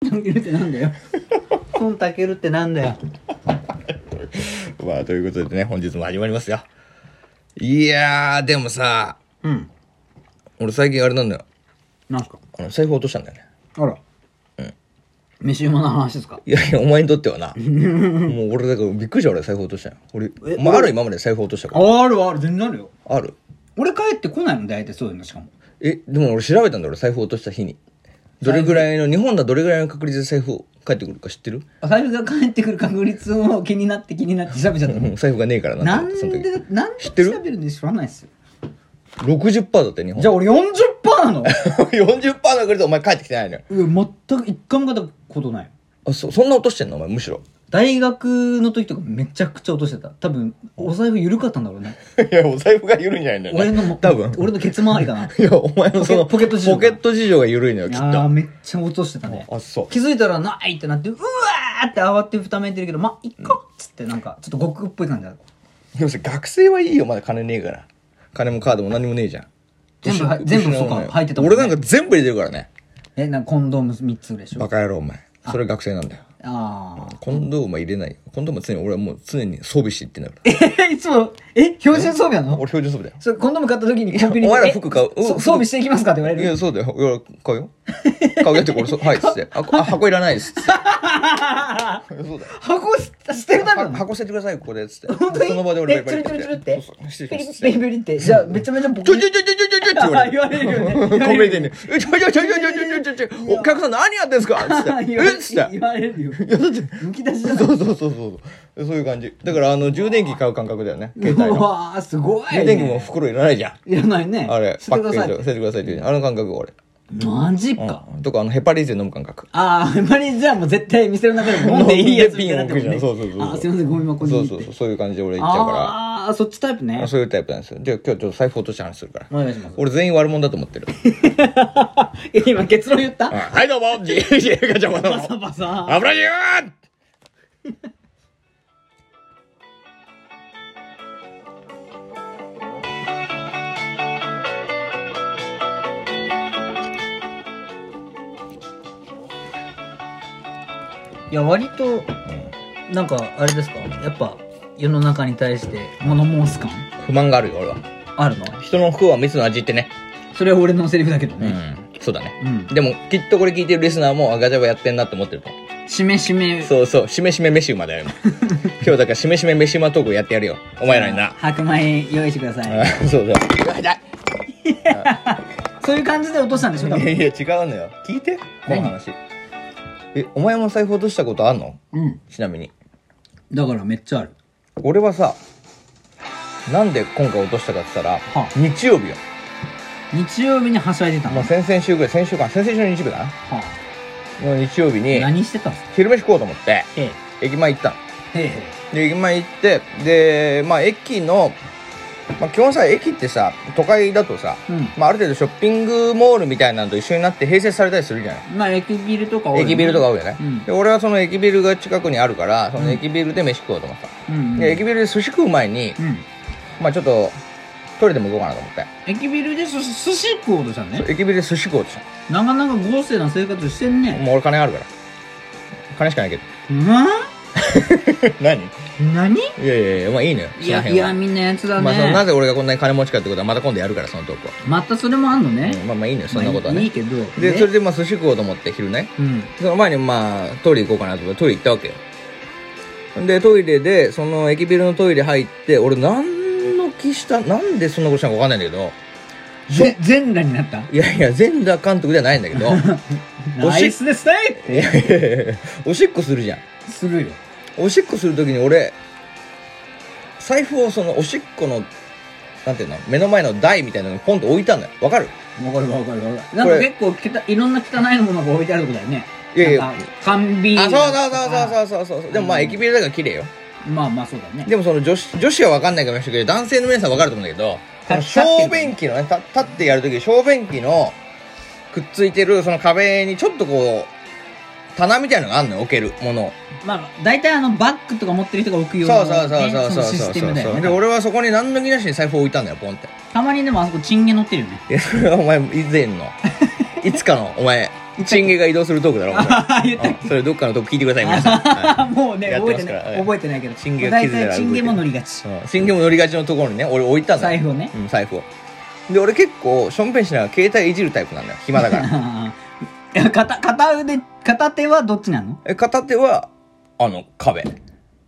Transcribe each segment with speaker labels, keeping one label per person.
Speaker 1: たけるってなんだよ。孫たけるってなんだよ。
Speaker 2: まあ、ということでね、本日も始まりますよ。いやー、でもさ、
Speaker 1: うん。
Speaker 2: 俺最近あれなんだよ。
Speaker 1: なんすか
Speaker 2: あの、財布落としたんだよね。
Speaker 1: あら。飯馬の話ですか
Speaker 2: いやいや、お前にとっては な。もう俺だからびっくりした俺財布落としたよ。俺、
Speaker 1: え
Speaker 2: まあ、ある今まで財布落としたから。
Speaker 1: あるある、全然あるよ。
Speaker 2: ある
Speaker 1: 俺帰ってこないの、大体そういうの、しかも。
Speaker 2: え、でも俺調べたんだよ、俺財布落とした日に。どれぐらいの、日本だどれぐらいの確率で財布帰ってくるか知ってる
Speaker 1: 財布が帰ってくる確率を気になって気になって調べちゃった
Speaker 2: う。ん財布がねえからな
Speaker 1: な
Speaker 2: と
Speaker 1: ん
Speaker 2: 思って
Speaker 1: で
Speaker 2: その時。、
Speaker 1: なんで調
Speaker 2: 知って
Speaker 1: べ
Speaker 2: る
Speaker 1: るんで知らないっすよ。
Speaker 2: 60%だったよ、日本。
Speaker 1: じゃあ俺40%なの
Speaker 2: 40%の確率でお前帰ってきてないのよ。
Speaker 1: うわ全く一回も買ったことない。
Speaker 2: あ、そ、そんな落としてんのお前、むしろ。
Speaker 1: 大学の時とかめちゃくちゃ落としてた。多分、お財布緩かったんだろうね。
Speaker 2: いや、お財布が緩いんじゃないんだよ、ね。
Speaker 1: 俺のも、
Speaker 2: 多分。
Speaker 1: 俺のケツ周りか な。
Speaker 2: いや、お前のその、
Speaker 1: ポケポケット事情
Speaker 2: ポケット事情が緩いのよ、きっ
Speaker 1: あ
Speaker 2: と。
Speaker 1: あ、めっちゃ落としてたね。
Speaker 2: あ、そう。
Speaker 1: 気づいたら、ないってなって、うわーって慌てふためいてるけど、ま、いっかっつって、なんか、ちょっと極っぽい感じだ。
Speaker 2: でもさ、学生はいいよ、まだ金ねえから。金もカードも何もねえじゃん。
Speaker 1: 全部
Speaker 2: 失
Speaker 1: はい全部
Speaker 2: 失うもん
Speaker 1: そ
Speaker 2: よ
Speaker 1: っか入ってたもんね
Speaker 2: 俺なんか全部入れてるからね。
Speaker 1: え、なんかコンドーム3つぐらいでしょ
Speaker 2: バカ野郎、お前。それ学生なんだよ。
Speaker 1: ああ。
Speaker 2: コンドームは入れないよ。コンドームは常に、俺はもう常に装備していってんだか
Speaker 1: え へへ、いつも、え、標準装備な
Speaker 2: ら。
Speaker 1: の
Speaker 2: 俺標準装備だよ。
Speaker 1: それ、コンドーム買った時にコンビニ
Speaker 2: お前ら
Speaker 1: え
Speaker 2: 服買ううん
Speaker 1: そ
Speaker 2: 服
Speaker 1: 装備していきますかって言われ
Speaker 2: い
Speaker 1: る。
Speaker 2: や、そうだよ。いや、買 うよ。買うよって、これ、そうはい、っつって。あ、こあ箱いらないで す。つってそうだよ。
Speaker 1: 箱捨捨てるためな
Speaker 2: は
Speaker 1: の
Speaker 2: 箱捨ててください、ここで。つって。
Speaker 1: 本当に
Speaker 2: その場で俺
Speaker 1: え、
Speaker 2: バ
Speaker 1: チュル
Speaker 2: リ
Speaker 1: チ
Speaker 2: バ
Speaker 1: ュ
Speaker 2: リ
Speaker 1: ル
Speaker 2: っ
Speaker 1: チュルっ
Speaker 2: て。
Speaker 1: て
Speaker 2: そうそう。失礼
Speaker 1: ピ
Speaker 2: し
Speaker 1: リ
Speaker 2: ま
Speaker 1: ピ
Speaker 2: す。
Speaker 1: リピリって。じゃあ、めちゃめちゃボ
Speaker 2: ち
Speaker 1: コ
Speaker 2: ょちょちょちょちょちょちょって言われる。
Speaker 1: 言われるよね。
Speaker 2: コメディに。え、ちょいちょいちょいちょいちょいちょいちょいお客さん何やってんす かつって。
Speaker 1: 言わ
Speaker 2: え
Speaker 1: れ
Speaker 2: っつって。
Speaker 1: 言われるよ。
Speaker 2: いや、だって。
Speaker 1: むき出しじゃない
Speaker 2: そうそうそうそう。そういう感じ。だから、あの、充電器買う感覚だよ ね。携帯
Speaker 1: う
Speaker 2: の。
Speaker 1: わー、すごい、
Speaker 2: 充電器も袋いらないじゃん。
Speaker 1: いらないね。
Speaker 2: あれ、
Speaker 1: 捨
Speaker 2: パ
Speaker 1: て
Speaker 2: ッ
Speaker 1: く
Speaker 2: ケ
Speaker 1: だ
Speaker 2: ージ
Speaker 1: さ
Speaker 2: を
Speaker 1: い。
Speaker 2: 捨ててくださいっていう。あの感覚俺。
Speaker 1: マジか。
Speaker 2: うんとか、あの、ヘパリーゼ飲む感覚。
Speaker 1: ああ、あんまりじゃあもう絶対店の中でも飲んでいいやつみたいになってるもんね。
Speaker 2: そうそうそうそう
Speaker 1: あーすいません、ゴミ箱に
Speaker 2: そ
Speaker 1: 行って。
Speaker 2: うそうそう。そういう感じで俺行っちゃうか
Speaker 1: ああ、そっちタイプね
Speaker 2: ら。。そういうタイプなんですよ。じゃあ今日ちょっと財布落として話するから。
Speaker 1: お願いします。
Speaker 2: 俺全員悪者だと思ってる。
Speaker 1: え 今結論言っ
Speaker 2: うん
Speaker 1: た
Speaker 2: はい、どうも !DJ ガチャマンの
Speaker 1: バサバサ。
Speaker 2: 油じゅー
Speaker 1: いや、割と、なんか、あれですかやっぱ、世の中に対して物申す感
Speaker 2: 不満があるよ、俺は。
Speaker 1: あるの
Speaker 2: 人の不幸は蜜の味ってね。
Speaker 1: それは俺のセリフだけどね。
Speaker 2: そうだね。
Speaker 1: うん
Speaker 2: でも、きっとこれ聞いてるリスナーも、あガチャバやってんなって思ってると思う。
Speaker 1: しめしめ。
Speaker 2: そうそう、しめしめ飯 馬だよ、今今日だから、しめしめ飯馬トークやってやるよ。お前らにな。
Speaker 1: 白米用意してください。
Speaker 2: そうだ。
Speaker 1: そういう感じで落としたんでしょ多
Speaker 2: いや
Speaker 1: 分。
Speaker 2: いや、違うのよ。聞いて、この話。え、お前も財布落としたことあんの
Speaker 1: うん。
Speaker 2: ちなみに。
Speaker 1: だからめっちゃある。
Speaker 2: 俺はさ、なんで今回落としたかって言ったら、
Speaker 1: はあ
Speaker 2: 日曜日よ。
Speaker 1: 日曜日にはしゃいでた
Speaker 2: も
Speaker 1: の
Speaker 2: う。先々週ぐらい、先週間、先々週の日曜日か
Speaker 1: は
Speaker 2: なの日曜日
Speaker 1: あ
Speaker 2: に、
Speaker 1: 何してたんですか
Speaker 2: 昼飯食おうと思って、
Speaker 1: へえ
Speaker 2: 駅前行ったの。
Speaker 1: へえへ
Speaker 2: で駅前行ってでまあ駅の、まあ、基本さ駅ってさ都会だとさ、
Speaker 1: えうん
Speaker 2: まあ、ある程度ショッピングモールみたいなのと一緒になって併設されたりするじゃない
Speaker 1: まあ駅ビルとか多いよね
Speaker 2: 駅ビルとか多いよね、
Speaker 1: うん
Speaker 2: で俺はその駅ビルが近くにあるからその駅ビルで飯食おうと思ってた、
Speaker 1: うんうん
Speaker 2: で駅ビルで寿司食う前に、
Speaker 1: うん
Speaker 2: まあ、ちょっとトイレでも行こうかなと思って
Speaker 1: 駅ビルで寿司寿司食おうとしたのね
Speaker 2: 駅ビルで寿司食おうとした
Speaker 1: なかなか豪勢な生活してん
Speaker 2: の
Speaker 1: ね
Speaker 2: もう俺金あるから金しかないけど
Speaker 1: う ん
Speaker 2: 何
Speaker 1: 何
Speaker 2: いやいやいやまあいいのよ
Speaker 1: いや
Speaker 2: その辺は
Speaker 1: 嫌みなやつだ
Speaker 2: まあ、そのな
Speaker 1: ね
Speaker 2: ぜ俺がこんなに金持ちかってことはまた今度やるからそのトークは、
Speaker 1: またそれもあんのね
Speaker 2: うんまあまあいいのよそんなことは
Speaker 1: ま
Speaker 2: ね、
Speaker 1: あいいけど
Speaker 2: で、
Speaker 1: ね
Speaker 2: それでまあ寿司食おうと思って昼ね。
Speaker 1: うん
Speaker 2: その前にまあトイレ行こうかなと思ってトイレ行ったわけよ。で、トイレで、その駅ビルのトイレ入って、俺何の気した、なんでそんなことしたのかわかんないんだけど、
Speaker 1: ぜ全裸になった
Speaker 2: いやいや、全裸監督ではないんだけど、 お
Speaker 1: ナ
Speaker 2: し
Speaker 1: イスですね
Speaker 2: いやいやいやおしっこするじゃん。
Speaker 1: するよ
Speaker 2: おしっこするときに俺、財布をそのおしっこの、なんていうの、目の前の台みたいなのにポンと置いたんだよ。わかる
Speaker 1: わかるわかるわかるなんか結構けたいろんな汚いものが置いてあるとこだよね
Speaker 2: いやいや
Speaker 1: なんか缶ビール
Speaker 2: あ、そうそうそうそうそうそう。でもまあ駅ビルだから綺麗よ。
Speaker 1: うまあまあそうだね
Speaker 2: でもその女子女子は分かんないかもしれないけど、男性の皆さん分かると思うんだけど、その
Speaker 1: 立ってる
Speaker 2: 小便器のね、た立ってやるとき、小便器のくっついてるその壁にちょっとこう、棚みたいのがあるのよ、置けるものを。
Speaker 1: まあ、大体あの、バッグとか持ってる人が置く
Speaker 2: そ
Speaker 1: よ
Speaker 2: う
Speaker 1: うな、
Speaker 2: そうそう
Speaker 1: ね
Speaker 2: そう
Speaker 1: その
Speaker 2: そうそう
Speaker 1: システ
Speaker 2: そ
Speaker 1: ム
Speaker 2: う
Speaker 1: だよね。
Speaker 2: で、俺はそこに何の気なしに財布を置いたんだよ、ポンって。
Speaker 1: たまにでもあそこチンゲ乗ってるよね。
Speaker 2: いや、それはお前、以前の、いつかの、お前、チンゲが移動するトークだろお 前
Speaker 1: 言ったっ
Speaker 2: うんそれどっかのトーク聞いてください皆さん、 は
Speaker 1: もうね
Speaker 2: やっ
Speaker 1: 覚え
Speaker 2: てま
Speaker 1: て
Speaker 2: すから
Speaker 1: な
Speaker 2: はいい
Speaker 1: 覚えてないけど
Speaker 2: チンゲが
Speaker 1: 大
Speaker 2: 傷で
Speaker 1: 体チンゲも乗りがち
Speaker 2: いうん、チンゲも乗りがちのところにね俺置いたんだ
Speaker 1: 財
Speaker 2: よ
Speaker 1: 布をね
Speaker 2: うん、財布をで俺結構ションペンしながら携帯いじるタイプなんだよ暇 だから
Speaker 1: いや片片腕片手はどっちなの
Speaker 2: え片手はあの壁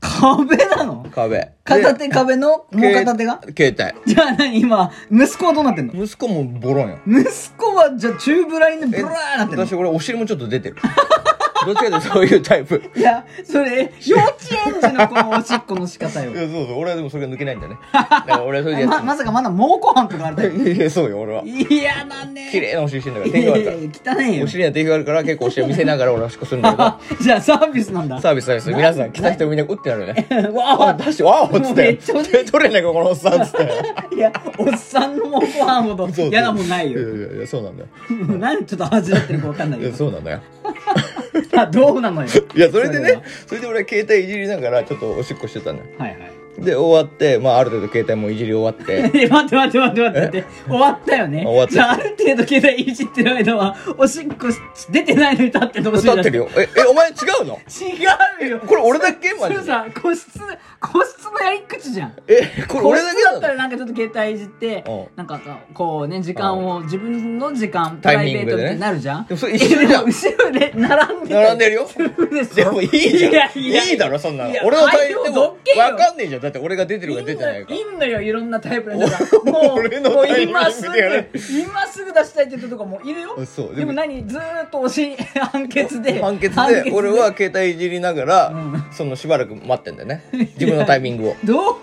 Speaker 1: 壁なの
Speaker 2: 壁で
Speaker 1: 片手壁のもう
Speaker 2: け
Speaker 1: 片手が
Speaker 2: 携
Speaker 1: じゃあ何今息子はどうなってんの
Speaker 2: 帯息子もボロンよ
Speaker 1: 息子はじゃあチューブラインでブ
Speaker 2: え
Speaker 1: ラーなってんの
Speaker 2: 私俺お尻もちょっと出てる どっちかというとそういうタイプ
Speaker 1: いやそれ幼稚園児のこのおしっこの仕方
Speaker 2: い
Speaker 1: よ
Speaker 2: やそうそう俺はでもそれが抜けないんだねだから俺はそれで やって
Speaker 1: ままさかまだ猛虎飯とかあるタイ
Speaker 2: る いやいやそうよ俺は
Speaker 1: プ嫌だね
Speaker 2: 綺麗なお尻してんだから
Speaker 1: いや
Speaker 2: 定
Speaker 1: い
Speaker 2: 評あ
Speaker 1: やい
Speaker 2: るか
Speaker 1: や汚い
Speaker 2: ら
Speaker 1: よ
Speaker 2: お尻には定評あるから結構お尻を見せながら俺はおしっこするんだけ ど
Speaker 1: じゃあサービスなんだ
Speaker 2: サービスサービス皆 さん来た人みんなうってなるよね
Speaker 1: わ
Speaker 2: あ出してわおっつっ
Speaker 1: めってちゃお尻
Speaker 2: 手取れないかこのおっさんっつって
Speaker 1: いやおっさんの猛虎飯ほど
Speaker 2: そうそう
Speaker 1: 嫌なもんないよ
Speaker 2: いやいやいやそうなんだよ
Speaker 1: 何ちょっと恥じらってるか分かんない
Speaker 2: い
Speaker 1: け
Speaker 2: や
Speaker 1: ど
Speaker 2: そうなんだよ
Speaker 1: あどうなのよ
Speaker 2: いやそれでね
Speaker 1: は
Speaker 2: それで俺は携帯いじりながらちょっとおしっこしてたんだよ
Speaker 1: はいはい
Speaker 2: で終わってまあある程度携帯もいじり終わって
Speaker 1: え待って待って待って待って待って終わったよね
Speaker 2: 終わった
Speaker 1: じゃあある程度携帯いじってる間はおしっこし出てないのに立ってどうし
Speaker 2: 立ってるよええお前違うの
Speaker 1: 違うよ
Speaker 2: これ俺だけマ
Speaker 1: そ
Speaker 2: ジ
Speaker 1: れ
Speaker 2: で
Speaker 1: さ個室個室のやり口じゃん
Speaker 2: えこれ
Speaker 1: 個
Speaker 2: 俺
Speaker 1: 室
Speaker 2: だ
Speaker 1: だった
Speaker 2: けな
Speaker 1: ら
Speaker 2: の
Speaker 1: なんかちょっと携帯いじって
Speaker 2: うん
Speaker 1: なんかさこうね時間を自分の時間プ
Speaker 2: タ
Speaker 1: ライ
Speaker 2: イ
Speaker 1: ベ
Speaker 2: ミン
Speaker 1: ー
Speaker 2: グ
Speaker 1: ト
Speaker 2: でね
Speaker 1: になるじゃん
Speaker 2: でもそれ一緒じ
Speaker 1: え で
Speaker 2: ゃん
Speaker 1: も後ろで並んで
Speaker 2: 並んでるよ
Speaker 1: るでしょ
Speaker 2: でもいいじゃんい
Speaker 1: やいや
Speaker 2: いだろそんなの
Speaker 1: いや
Speaker 2: 俺のタイ
Speaker 1: 対応
Speaker 2: プで
Speaker 1: ど
Speaker 2: も
Speaker 1: っけよ
Speaker 2: 分かんねえじゃんだって俺が出てるか
Speaker 1: い
Speaker 2: 出
Speaker 1: ん
Speaker 2: て
Speaker 1: の
Speaker 2: ない
Speaker 1: よ
Speaker 2: か
Speaker 1: いんのよいろんなタイプの人がもう
Speaker 2: 俺の
Speaker 1: もう
Speaker 2: タイミングで
Speaker 1: 今すぐ
Speaker 2: やれ
Speaker 1: 今すぐ出したいって人とかもいるよ
Speaker 2: そうでも
Speaker 1: でも何ずーっと推し判決で
Speaker 2: 判決で俺は携帯いじりながらそのしばらく待ってんだよね自分のタイミングを
Speaker 1: どん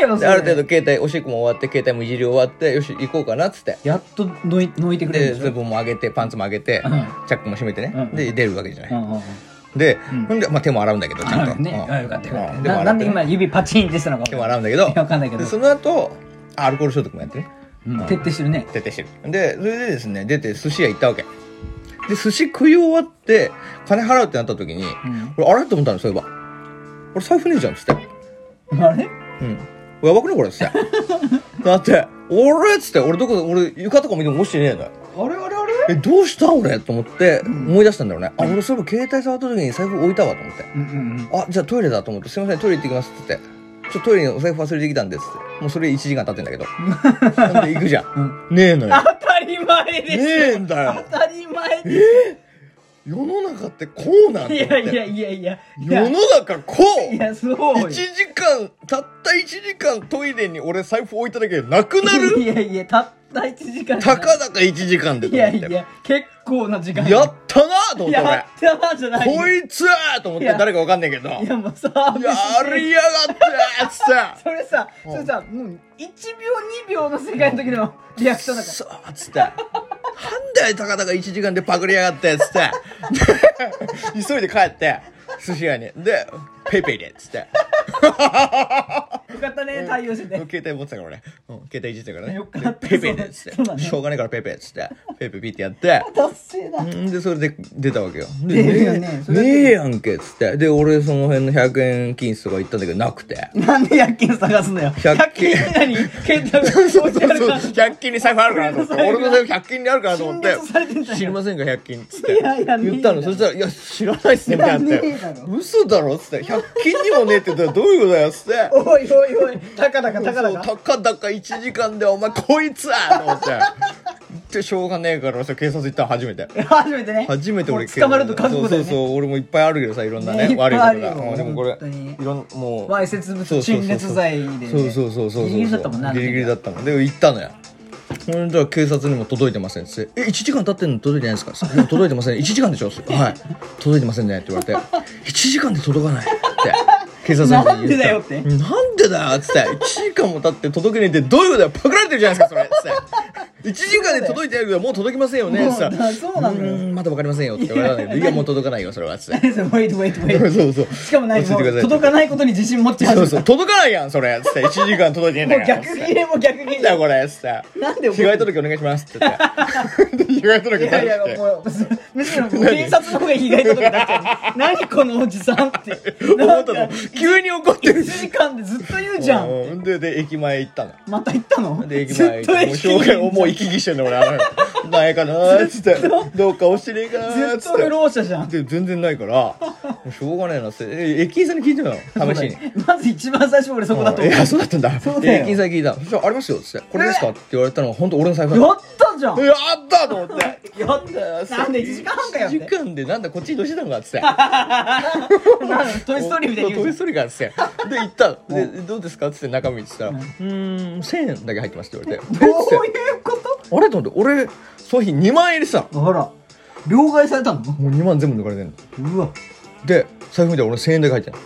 Speaker 1: なよそ
Speaker 2: で
Speaker 1: れ
Speaker 2: ある程度携帯おしっこも終わって携帯もいじり終わってよし行こうかなっつって
Speaker 1: やっとのいのいてくれ
Speaker 2: で
Speaker 1: るでし
Speaker 2: ズ
Speaker 1: ょ
Speaker 2: ボンも上げてパンツも上げて
Speaker 1: うん
Speaker 2: チャックも閉めてね
Speaker 1: うん
Speaker 2: で出るわけじゃ
Speaker 1: う
Speaker 2: ない
Speaker 1: んうんうん
Speaker 2: でほんでまあ手も洗うんだけどちゃんと
Speaker 1: ね
Speaker 2: うん
Speaker 1: あよかったよかった
Speaker 2: うん手
Speaker 1: な
Speaker 2: も洗
Speaker 1: な
Speaker 2: っ
Speaker 1: ん
Speaker 2: て
Speaker 1: で
Speaker 2: ね
Speaker 1: 今指パチンってしたのか
Speaker 2: 手も洗うんだけど
Speaker 1: いやわかんないけど
Speaker 2: でその後アルコール消毒もやってね
Speaker 1: うん徹底してるね
Speaker 2: 出てしてるでそれでですね出て寿司屋行ったわけで寿司食い終わって金払うってなった時に、
Speaker 1: ん
Speaker 2: 俺あれと思ったのそういえば俺財布ねえじゃんっつって
Speaker 1: あれ
Speaker 2: うんやばくないこれ っつってだって俺っつって俺どこ俺床とか見ても落ちてねえんだよ
Speaker 1: あれあれあれ
Speaker 2: えどうした俺と思って思い出したんだろうね、あ俺そういえば携帯触った時に財布置いたわと思って
Speaker 1: うんうんうん
Speaker 2: あじゃあトイレだと思ってすいませんトイレ行ってきますっつってちょっとトイレにお財布忘れてきたんですっつってもうそれ1時間経ってんだけど ほんで行くじゃん、ねえのよ
Speaker 1: 当たり前で
Speaker 2: ね
Speaker 1: しょ
Speaker 2: えんだよ
Speaker 1: 当たり前で
Speaker 2: 世の中ってこうなんだ
Speaker 1: い
Speaker 2: って
Speaker 1: やいやいやいやいや
Speaker 2: 世の中こ
Speaker 1: いうやそうよ
Speaker 2: 1時間たった1時間トイレに俺財布置いただけでなくなる
Speaker 1: いやいやたった1時間
Speaker 2: たかだか1時間で
Speaker 1: い
Speaker 2: と思
Speaker 1: や
Speaker 2: って
Speaker 1: いや結構な時間
Speaker 2: やったなと思って
Speaker 1: や
Speaker 2: 俺
Speaker 1: ったわじゃない
Speaker 2: こいつーと思っ
Speaker 1: い
Speaker 2: て
Speaker 1: や
Speaker 2: 誰かわかんないけどや
Speaker 1: いやもうサービス
Speaker 2: りやがってーっつって
Speaker 1: それさそれさもう1秒2秒の世界の時のリアクションだか
Speaker 2: そうっつってなんだよたかだか1時間でパクりやがってっつって で急いで帰って寿司屋にでペイペイでっつって
Speaker 1: らよかったね対応してて
Speaker 2: 携帯持ってたから俺、うん、携帯いじってたからね
Speaker 1: よかった
Speaker 2: でペイペイでっつっ
Speaker 1: そう
Speaker 2: て、
Speaker 1: だね
Speaker 2: しょうがないからペイペイっつってペイペイピってやって
Speaker 1: 達成だ
Speaker 2: んでそれで出た わけよ
Speaker 1: 出
Speaker 2: で
Speaker 1: るよね
Speaker 2: ね
Speaker 1: そ
Speaker 2: え
Speaker 1: れだけで
Speaker 2: ねえやんけっつってで俺その辺の100円均一とか行ったんだけどなくて
Speaker 1: なんで100均探すのよ100
Speaker 2: 百
Speaker 1: 均
Speaker 2: 均
Speaker 1: 何携帯置いてあるから
Speaker 2: 100均に財布あるかなと思 って俺の財布100均にあるかなと思って
Speaker 1: 陳列されてんだよ
Speaker 2: 知りませんか100均っつっ
Speaker 1: いや
Speaker 2: て
Speaker 1: いやねえ
Speaker 2: 言ったのそしたら「いや知らないっすね」みたいになっ
Speaker 1: 知らねえ
Speaker 2: て
Speaker 1: だ
Speaker 2: 「嘘だろ」っつって「100均にもねえ」って言ったら「どういうことだよ」っつって
Speaker 1: おいおいおいたかだか
Speaker 2: そ
Speaker 1: た
Speaker 2: う
Speaker 1: かだか
Speaker 2: たかだか1時間でお前こいつやと思ってでしょうがねえからさ警察行ったの初めて
Speaker 1: 初めてね
Speaker 2: 初めて俺
Speaker 1: もう捕まると覚悟だよ
Speaker 2: そう
Speaker 1: ね
Speaker 2: そうそう俺もいっぱいあるけどさいろんなね
Speaker 1: ねいっぱい
Speaker 2: 悪い
Speaker 1: あ
Speaker 2: こと
Speaker 1: るよ
Speaker 2: がうんでもこれ
Speaker 1: 本当に
Speaker 2: いろんもう
Speaker 1: わいせつ
Speaker 2: そう
Speaker 1: 物
Speaker 2: そうそう
Speaker 1: 陳列罪でね
Speaker 2: そうそうそうそうそう
Speaker 1: ギリギリだったもんな
Speaker 2: ギリギリだったもんで行ったのよほんで警察にも届いてませんっつって「え1時間経ってんの届いてないんですか?」さいや届いてません1時間でしょ」っつって「はい届いてませんね」って言われて「1時間で届かない」って警察の人に言った
Speaker 1: なんでだよって
Speaker 2: なんでだよっつって1時間も経って届けねえってどういうことだよパクられてるじゃないですかそれっつって1時間で届いてないけどもう届きませんよねっつったら
Speaker 1: もうだそうなのよ
Speaker 2: うーんまだ分かりませんよ」って言われた んだけど「いやもう届かないよそれは」っつって
Speaker 1: wait wait
Speaker 2: そ
Speaker 1: wait
Speaker 2: うそうそう
Speaker 1: しかも何
Speaker 2: 教え
Speaker 1: も
Speaker 2: てくださ
Speaker 1: う
Speaker 2: い
Speaker 1: 届かないことに自信持っちゃう
Speaker 2: そうそう届かないやんそれっつって1時間届いてない
Speaker 1: もう
Speaker 2: んだから
Speaker 1: 逆切れも逆切
Speaker 2: いい
Speaker 1: れ
Speaker 2: んだよこれっつって
Speaker 1: なんで怒る
Speaker 2: 被害届お願いしますって言って 被害届
Speaker 1: い
Speaker 2: 出して
Speaker 1: やいやもうむむしろ警察の方が被害届出してる何このおじさんって
Speaker 2: 思
Speaker 1: な
Speaker 2: っ
Speaker 1: ん
Speaker 2: た
Speaker 1: か
Speaker 2: の急に怒って
Speaker 1: 1
Speaker 2: る
Speaker 1: 時間でずっと言うじゃん
Speaker 2: うんでで駅前行ったの
Speaker 1: また行ったの
Speaker 2: で駅
Speaker 1: ず
Speaker 2: 前
Speaker 1: っと
Speaker 2: 行っ
Speaker 1: 駅
Speaker 2: てもうしょうがないもう行き来してんの俺あのないかなっつってどうかおしねえかなっ
Speaker 1: 絶
Speaker 2: つっ
Speaker 1: 対
Speaker 2: て
Speaker 1: ろう者じゃん
Speaker 2: で全然ないからもうしょうがないなっつってえ駅員さんに聞いてたの試しに。
Speaker 1: まず一番最初俺そこだと
Speaker 2: い
Speaker 1: 思うや
Speaker 2: やそうだったんだ
Speaker 1: そうだよ
Speaker 2: 駅員さんに聞いたそしたら「ありますよ」っつって「これですか?」って言われたのは本当俺の財布だっ
Speaker 1: ったじゃん
Speaker 2: た
Speaker 1: や
Speaker 2: やったと思って
Speaker 1: ったなんで1時間半かよっ
Speaker 2: 時
Speaker 1: て
Speaker 2: 間でなんだこっち移動してたのかっ つって
Speaker 1: なんでトイ・ストーリーみたいに
Speaker 2: そ
Speaker 1: 言
Speaker 2: うト
Speaker 1: うじ
Speaker 2: イストーリーがあってで行ったのでどうですかっつって中身見てたら「うーん1000円だけ入ってます」って言われて
Speaker 1: ゃんどう
Speaker 2: えっつっ
Speaker 1: いうこと
Speaker 2: てあれと思って俺商品2万円入れてたの
Speaker 1: ほら両替されたの
Speaker 2: もう2万全部抜かれてんの
Speaker 1: うわ
Speaker 2: で財布見たら俺1000円だけ入ってんの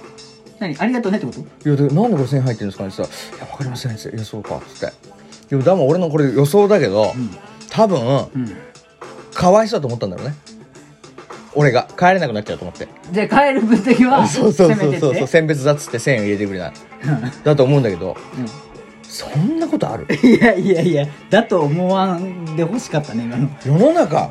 Speaker 1: 何ありがとうねってこと
Speaker 2: いやでなんでこれ1000円入ってるんですかねって言ったら「いやわかりません」っつって「いやそうか」っつってでもだも俺のこれ予想だけど、多分
Speaker 1: うん
Speaker 2: かわいそうだと思ったんだろうね俺が帰れなくなっちゃうと思って
Speaker 1: じゃあ帰る分だけは
Speaker 2: そうそうそうそうそう
Speaker 1: せ
Speaker 2: 選別だっつって1000円入れてくれないだと思うんだけど
Speaker 1: めてって
Speaker 2: そんなことあ る
Speaker 1: うんいやいやいやだと思わんでほしかったね今の
Speaker 2: 世の中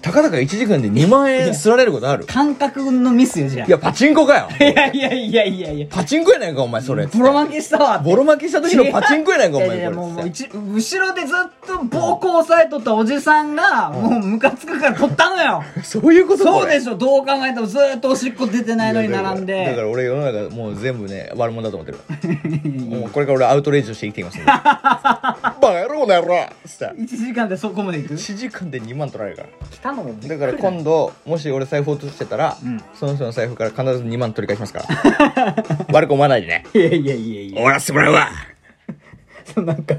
Speaker 2: たかだか1時間で2万円すられることある
Speaker 1: 感覚のミスよじゃあ
Speaker 2: いやパチンコかよ
Speaker 1: いやいやいやいやいや
Speaker 2: パチンコやないかお前それ
Speaker 1: ボロ
Speaker 2: 負
Speaker 1: 負けしたわ
Speaker 2: ボロ負けした時のパチンコやないか
Speaker 1: い
Speaker 2: お
Speaker 1: やい
Speaker 2: 前
Speaker 1: やもう
Speaker 2: こ
Speaker 1: も
Speaker 2: れ
Speaker 1: う一後ろでずっと暴行押さえとったおじさんがもうムカつくから取ったのよ
Speaker 2: そういうこと
Speaker 1: そうで
Speaker 2: し
Speaker 1: しょどう考えてもずっとおしっこ出てないのに並ん
Speaker 2: だからだか
Speaker 1: で
Speaker 2: ら俺世の中もう全部ね悪者だと思ってる
Speaker 1: 1
Speaker 2: もうこれから俺アウトレイジをして生きてい きますんでバカ野郎だよろつって
Speaker 1: 時間でそこまで行く
Speaker 2: 1時間で2万取られるから
Speaker 1: 来たのも
Speaker 2: だから今度もし俺財布落としてたら、
Speaker 1: うん
Speaker 2: その人の財布から必ず2万取り返しますから 悪く思わないでね
Speaker 1: いやいやいやいや
Speaker 2: 終わらせてもらうわ
Speaker 1: そうなんか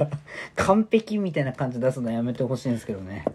Speaker 1: 完璧みたいな感じ出すのやめてほしいんですけどね